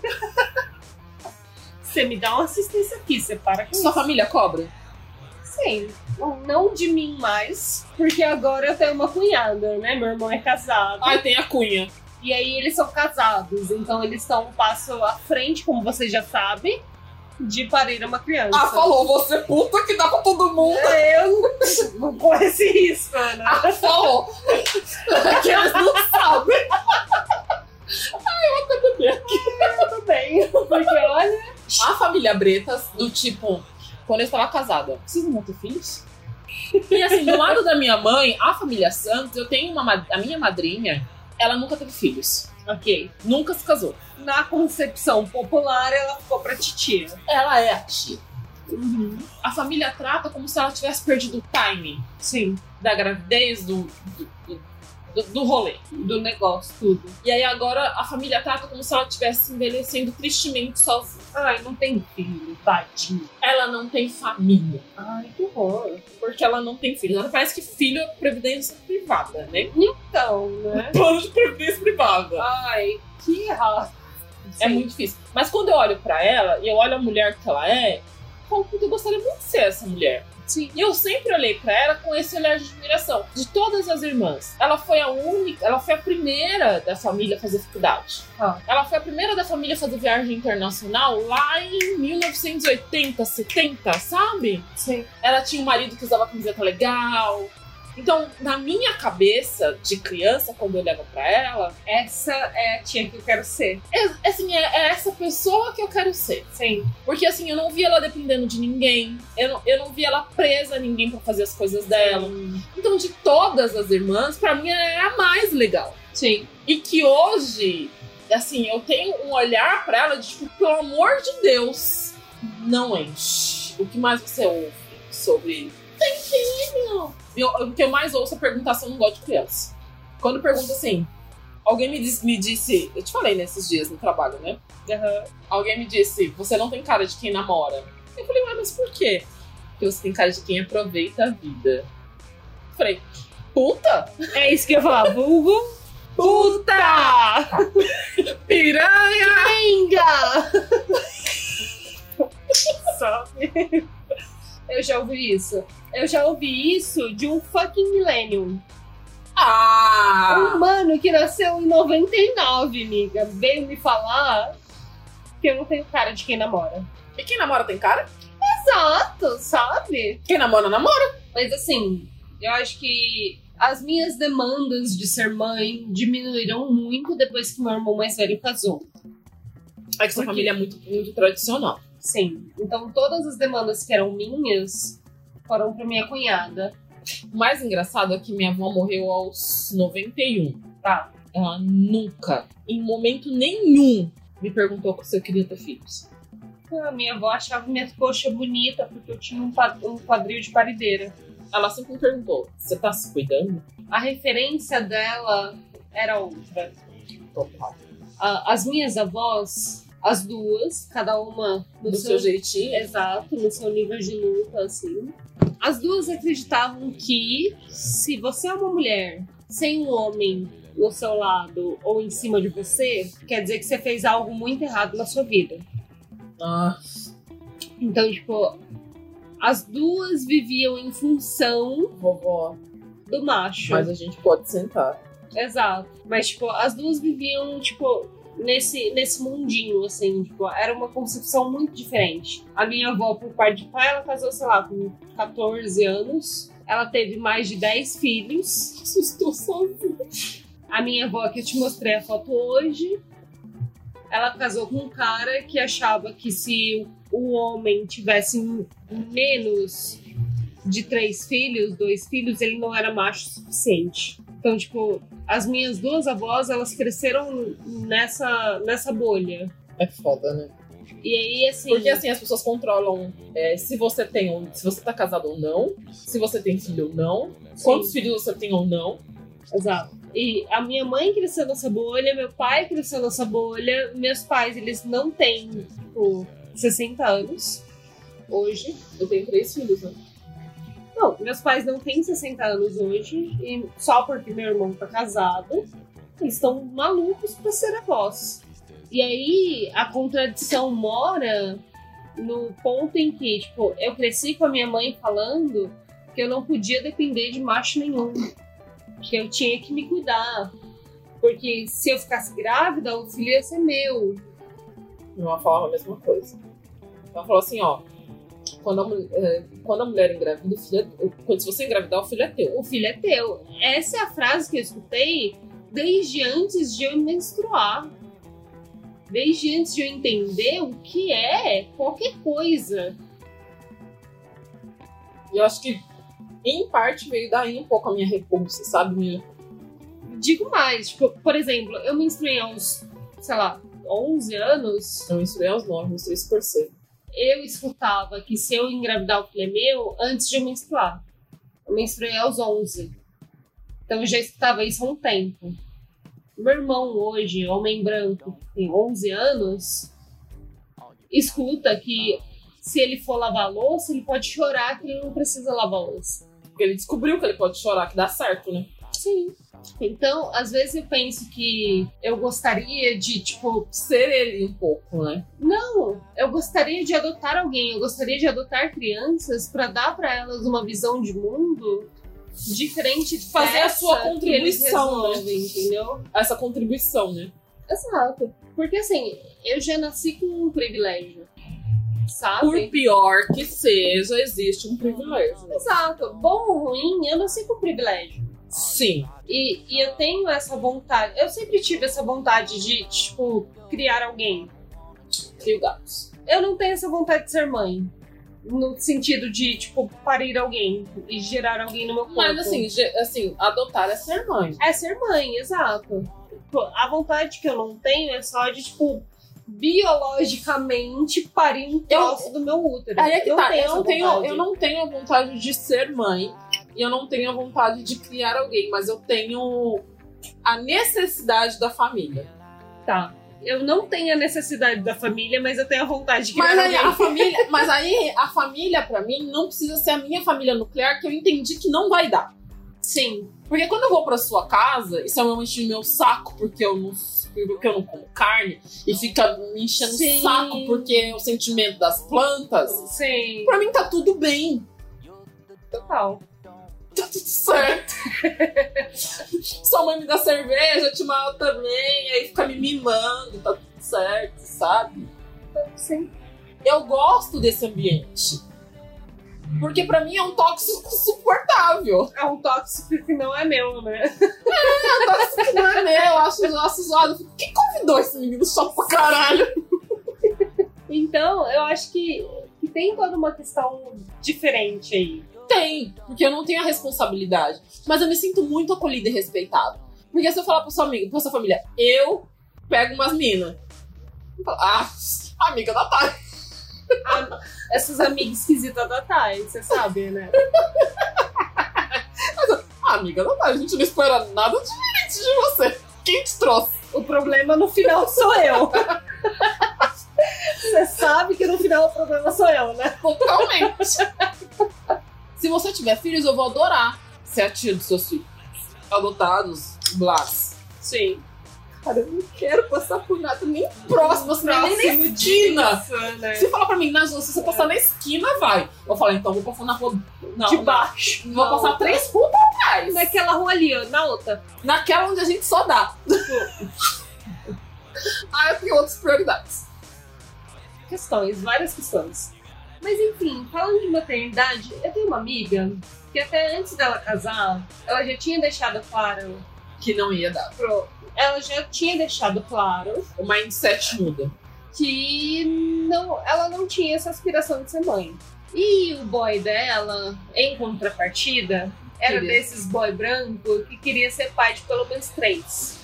Você me dá uma assistência aqui, você para com Sua família cobra? Sim, não- não de mim mais, porque agora eu tenho uma cunhada, né? Meu irmão é casado. Ai, tem a cunha. E aí eles são casados, então eles estão um passo à frente, como vocês já sabem, de parir uma criança. Ah, falou, você puta que dá pra todo mundo. Eu não- não corre esse risco, Ana. Ah, falou. que eles não sabem. Ah, Tudo bem, porque olha. A família Bretas, do tipo, quando eu estava casada, vocês não ter filhos? E assim, do lado da minha mãe, a família Santos, eu tenho uma. ma- A minha madrinha, ela nunca teve filhos. Ok. Nunca se casou. Na concepção popular, ela ficou pra titia. Ela é a tia. A família trata como se ela tivesse perdido o timing Sim, da gravidez, do, do, do- do, do rolê. do negócio, tudo. E aí agora a família trata como se ela estivesse envelhecendo tristemente sozinha. Ai, não tem filho, tadinho. Ela não tem família. Ai, que horror. Porque ela não tem filhos. Ela parece que filho é previdência privada, né? Então, né? plano de previdência privada. Ai, que errado. É muito difícil. Mas quando eu olho pra ela e eu olho a mulher que ela é, eu falo, puta, eu gostaria muito de ser essa mulher. Sim. E eu sempre olhei pra ela com esse olhar de admiração. De todas as irmãs, ela foi a única, ela foi a primeira da família a fazer faculdade. Ah. Ela foi a primeira da família a fazer viagem internacional lá em 1980, 70, sabe? Sim. Ela tinha um marido que usava camiseta legal. Então, na minha cabeça de criança, quando eu olhava pra ela, Essa é a tia que eu quero ser. É, assim, é, é essa pessoa que eu quero ser. Sim. Porque assim, eu não vi ela dependendo de ninguém. Eu não, eu não vi ela presa a ninguém pra fazer as coisas dela. Então, de todas as irmãs, pra mim é a mais legal. Sim. E que hoje, assim, eu tenho um olhar pra ela de tipo, pelo amor de Deus, não enche. O que mais você ouve sobre tem filho? Eu, o que eu mais ouço é perguntar se eu não gosto de criança. Quando pergunta assim, alguém me disse, me disse, eu te falei nesses dias no trabalho, né? Alguém me disse, você não tem cara de quem namora. Eu falei, ué, mas por quê? Porque você tem cara de quem aproveita a vida. Eu falei, puta? É isso que eu ia falar, vulgo. Puta! Piranha! Enga! Sabe? Eu já ouvi isso. Eu já ouvi isso de um fucking millennium. Um Ah! mano que nasceu em 99, amiga. Veio me falar que eu não tenho cara de quem namora. E quem namora tem cara? Exato, sabe? Quem namora, namora. Mas assim, eu acho que as minhas demandas de ser mãe diminuíram muito depois que meu irmão mais velho casou. É que sua Por quê? família é muito, muito tradicional. Sim. Então todas as demandas que eram minhas foram pra minha cunhada. O mais engraçado é que minha avó morreu aos 91. Tá. Ela nunca, em momento nenhum, me perguntou se eu queria ter filhos. A Ah, minha avó achava minha coxa bonita porque eu tinha um pa- um quadril de parideira. Ela sempre me perguntou: você tá se cuidando? A referência dela era outra. Total. A- as minhas avós, as duas, cada uma Do, no seu seu, jeitinho? exato, no seu nível de luta, assim. As duas acreditavam que se você é uma mulher sem um homem no seu lado ou em cima de você, quer dizer que você fez algo muito errado na sua vida. Ah, Então, tipo, as duas viviam em função vovó, do macho. mas a gente pode sentar. Exato. Mas, tipo, as duas viviam, tipo, nesse, nesse mundinho, assim, tipo, era uma concepção muito diferente. A minha avó, por parte de pai, ela casou, sei lá, com 14 anos. Ela teve mais de 10 filhos. Estou sozinha. A minha avó, que eu te mostrei a foto hoje, ela casou com um cara que achava que se o homem tivesse menos de três filhos, dois filhos, ele não era macho o suficiente. Então, tipo, as minhas duas avós, elas cresceram nessa, nessa bolha. É foda, né? E aí, assim, Porque assim, as pessoas controlam é, se você tem um, se você tá casado ou não, se você tem filho ou não, quantos filhos você tem ou não. Exato. E a minha mãe cresceu nessa bolha, meu pai cresceu nessa bolha, meus pais, eles não têm, tipo, 60 anos hoje. Eu tenho três filhos, né? Não, meus pais não têm 60 anos hoje, e só porque meu irmão tá casado, eles estão malucos pra ser avós. E aí a contradição mora no ponto em que, tipo, eu cresci com a minha mãe falando que eu não podia depender de macho nenhum, que eu tinha que me cuidar, porque se eu ficasse grávida, o filho ia ser meu. Minha avó falava a mesma coisa. Ela falou assim, ó. Quando a, mu- eh, quando a mulher engravida, o filho é, quando se você engravidar, o filho é teu. O filho é teu. Essa é a frase que eu escutei desde antes de eu menstruar. Desde antes de eu entender o que é qualquer coisa. E eu acho que, em parte, veio daí um pouco a minha repulsa, sabe? Minha- Digo mais, tipo, por exemplo, eu menstruei aos, sei lá, 11 anos. Eu estudei aos nove, eu estudei super cedo. Eu escutava que se eu engravidar o filho é meu antes de eu menstruar. Eu menstruei aos 11. Então eu já escutava isso há um tempo. Meu irmão hoje, homem branco, que tem 11 anos, escuta que se ele for lavar a louça, ele pode chorar que ele não precisa lavar a louça. Porque ele descobriu que ele pode chorar, que dá certo, né? Sim. Então, às vezes eu penso que eu gostaria de, tipo, Ser ele um pouco, né? não, eu gostaria de adotar alguém, eu gostaria de adotar crianças pra dar pra elas uma visão de mundo diferente de Fazer a sua contribuição, né? entendeu? Essa contribuição, né? Exato. Porque assim, eu já nasci com um privilégio, sabe? Por pior que seja, existe um privilégio. Exato. Bom ou ruim, eu nasci com um privilégio. Sim. E, e eu tenho essa vontade, eu sempre tive essa vontade de, tipo, criar alguém. Crio gatos. eu não tenho essa vontade de ser mãe. No sentido de, tipo, parir alguém e gerar alguém no meu corpo. Mas assim, ge- assim, adotar é ser mãe. É ser mãe, exato. Tipo, A vontade que eu não tenho é só de, tipo, biologicamente parir um troço do meu útero. Aí é que eu tá, tenho eu essa não, tenho, vontade. eu não tenho a vontade de ser mãe, e eu não tenho a vontade de criar alguém, mas eu tenho a necessidade da família. Tá. Eu não tenho a necessidade da família, mas eu tenho a vontade de criar Mas aí a alguém. família, mas aí a família para mim não precisa ser a minha família nuclear que eu entendi que não vai dar. Sim. Porque quando eu vou pra sua casa, isso é um enche meu saco porque eu não porque eu não como carne e fica me enchendo o Sim. saco porque é o sentimento das plantas. Sim. Pra mim tá tudo bem. Total. tá tudo certo. Sua mãe me dá cerveja, eu te mal também, aí fica me mimando, tá tudo certo, sabe? Sim. Eu gosto desse ambiente. Porque pra mim é um tóxico suportável. É um tóxico que não é meu, né? É um tóxico que não é meu, eu acho, eu acho zoado. Eu fico, Quem convidou esse menino só pra caralho? Então, eu acho que, que tem toda uma questão diferente aí. Tem, porque eu não tenho a responsabilidade. Mas eu me sinto muito acolhida e respeitada. Porque se eu falar pro seu amigo, pra sua família, eu pego umas minas. Ah, amiga da Tati. Essas amigas esquisitas da Thay, você sabe, né? Ah, amiga, não dá. A gente não espera nada diferente de você. Quem te trouxe? O problema no final sou eu. Você sabe que no final o problema sou eu, né? Totalmente. Se você tiver filhos, eu vou adorar ser a tia dos seus filhos. Adotados, Blas. Sim. Cara, eu não quero passar por nada nem próximo, assim, nem na esquina. né? Se falar pra mim, nas ruas, se você passar na esquina, vai. Eu falo, então, vou passar na rua. Não, De não. é baixo. Vou Não. passar três putas atrás. Naquela rua ali, ó, na outra. Naquela onde a gente só dá. ah, eu tenho outras prioridades. Questões, várias questões. Mas enfim, falando de maternidade, eu tenho uma amiga que até antes dela casar, ela já tinha deixado claro. Que não ia dar. Pro, ela já tinha deixado claro O mindset muda. que não, ela não tinha essa aspiração de ser mãe. E o boy dela, em contrapartida, era Queria. desses boy branco que queria ser pai de pelo menos três.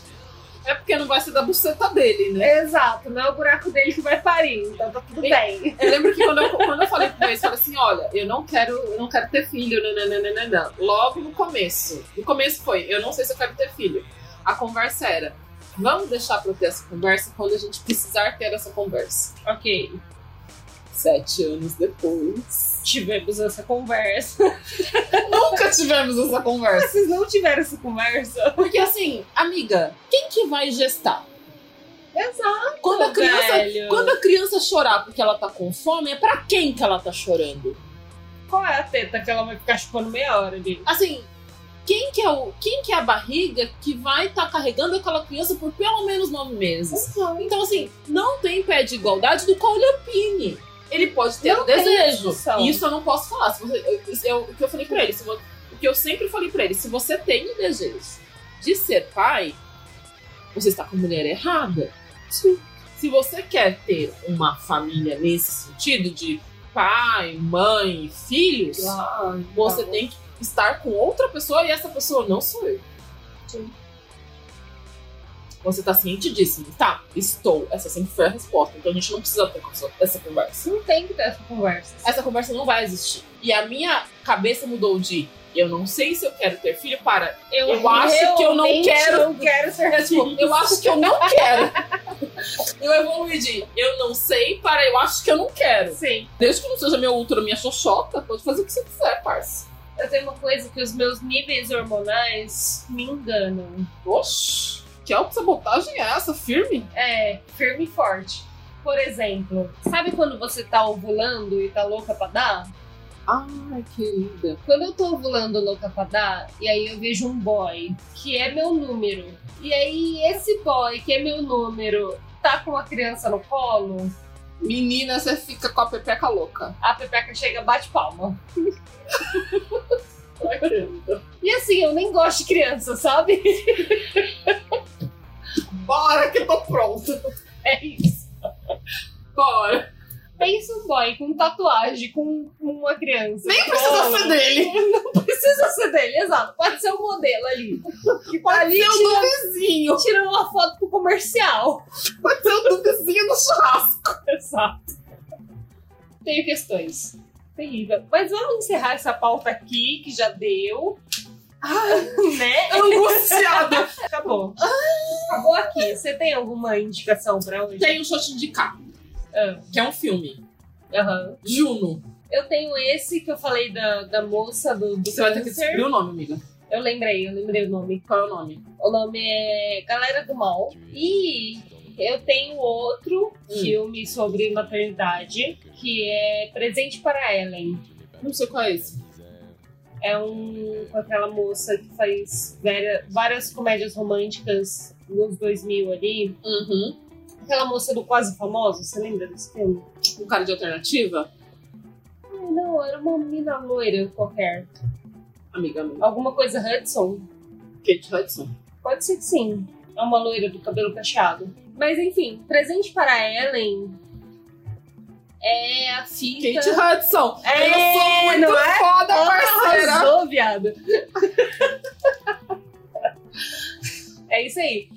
É porque não vai ser da buceta dele, né? Exato, não é o buraco dele que vai parir, então tá tudo bem. Eu lembro que quando eu, quando eu falei pro meu ex, eu falei assim, olha, eu não quero, eu não quero ter filho, né, nananana. Logo no começo. No começo foi, eu não sei se eu quero ter filho. A conversa era, vamos deixar pra eu ter essa conversa quando a gente precisar ter essa conversa. Ok, Sete anos depois. tivemos essa conversa. Nunca tivemos essa conversa. Vocês não tiveram essa conversa? Porque assim, amiga, quem que vai gestar? Exato, Quando a criança, velho. quando a criança chorar porque ela tá com fome, é pra quem que ela tá chorando? Qual é a teta que ela vai ficar chupando meia hora ali? assim, quem que é, o, quem que é a barriga que vai estar carregando aquela criança por pelo menos nove meses? Então, assim, não tem pé de igualdade do qual ele opine. Ele pode ter Não o tem desejo. discussão. E isso eu não posso falar. Se você- eu- isso é o que eu falei pra ele. se vo- o que eu sempre falei pra ele: se você tem o desejo de ser pai, você está com a mulher errada. Se você quer ter uma família nesse sentido de pai, mãe, filhos, Ah, você Tá tem que estar com outra pessoa e essa pessoa não sou eu. Sim. Você tá ciente disso? Tá, estou. Essa sempre foi a resposta. Então a gente não precisa ter essa- essa conversa. Não tem que ter essa conversa. Essa conversa não vai existir. E a minha cabeça mudou de eu não sei se eu quero ter filho para. Eu acho que eu não realmente quero- não quero ser É, tipo, filho. eu acho que eu não quero. eu evoluí de eu não sei para eu acho que eu não quero. Sim. Desde que não seja meu útero, minha xoxota, pode fazer o que você quiser, parça. Eu tenho uma coisa que os meus níveis hormonais me enganam. Oxi, que autossabotagem é essa? Firme? É, firme e forte. Por exemplo, sabe quando você tá ovulando e tá louca pra dar? Ai, que linda. Quando eu tô ovulando louca pra dar, e aí eu vejo um boy, que é meu número. E aí esse boy, que é meu número, tá com uma criança no colo, Menina, você fica com a pepeca louca. a Pepeca chega, bate palma. Caramba. E assim, eu nem gosto de criança, sabe? Bora que eu tô pronta. É isso. Bora. Pensa um boy com tatuagem, com uma criança. Nem precisa ser dele. Precisa ser dele, exato. Pode ser o modelo ali. Que tá Pode ali ser é o tirando, do vizinho. tirando uma foto pro comercial. Pode ser o do vizinho do churrasco. Exato. Tenho questões. terrível. Mas vamos encerrar essa pauta aqui, que já deu. né? Angustiada! Ah! Acabou. Acabou aqui. Você tem alguma indicação pra hoje? Tem um shot de indicar, Ah, que é um filme. aham. Juno. Eu tenho esse que eu falei da, da moça do, do Você vai ter que câncer. descobrir o nome, amiga. Eu lembrei, eu lembrei o nome. Qual é o nome? O nome é Galera do Mal. E eu tenho outro filme sobre maternidade, que é Presente para Ellen. Não sei qual é esse. É um com aquela moça que faz vera- várias comédias românticas nos 2000 ali. Uhum. Aquela moça do Quase Famoso, você lembra desse filme? Um cara de alternativa? Ai, não, era uma mina loira qualquer. Amiga, amiga. Alguma coisa Hudson. Kate Hudson. Pode ser que sim. É uma loira do cabelo cacheado. Mas enfim, presente para Ellen é a fita. Kate Hudson. eu sou É, muito não é? foda, parceira. Arrasou, viado. é isso aí.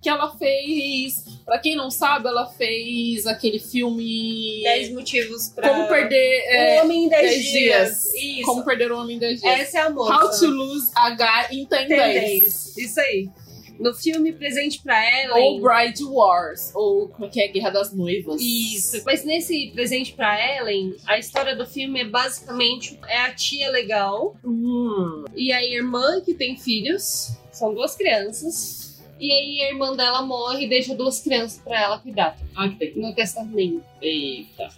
Que ela fez... Pra quem não sabe, ela fez aquele filme... 10 motivos pra. Como perder... é, o Um homem em 10, 10 dias. Isso. Como perder o homem em 10 dias. Essa é a moça. How to lose H em 10 Tem days. 10. Isso é aí. No filme Presente para Ellen. Ou Bride Wars, ou como que é Guerra das Noivas. Isso. Mas nesse presente pra Ellen, a história do filme é basicamente é a tia legal Hum. e a irmã que tem filhos, são duas crianças. E aí a irmã dela morre e deixa duas crianças pra ela cuidar Ah, que tem. no testamento. Eita.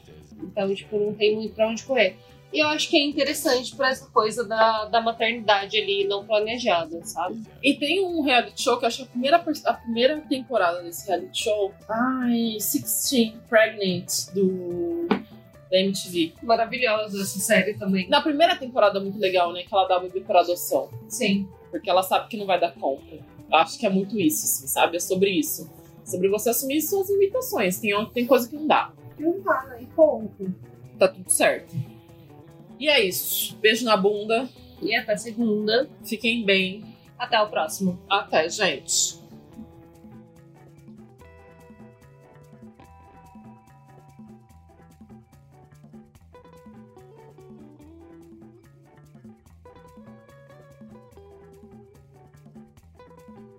Então, tipo, não tem muito pra onde correr. E eu acho que é interessante pra essa coisa da, da maternidade ali não planejada, sabe? E tem um reality show que eu acho que a primeira, pers- a primeira temporada desse reality show. Ai, 16 Pregnant do da MTV. Maravilhosa essa série também. Na primeira temporada é muito legal, né? Que ela dá o bebê pra adoção. Sim. Porque ela sabe que não vai dar conta. Eu acho que é muito isso, assim, sabe? É sobre isso. Sobre você assumir suas limitações. Tem, hora que tem coisa que não dá. Não dá, e ponto. Tá tudo certo. E é isso. Beijo na bunda. E até segunda. Fiquem bem. Até o próximo. Até, gente.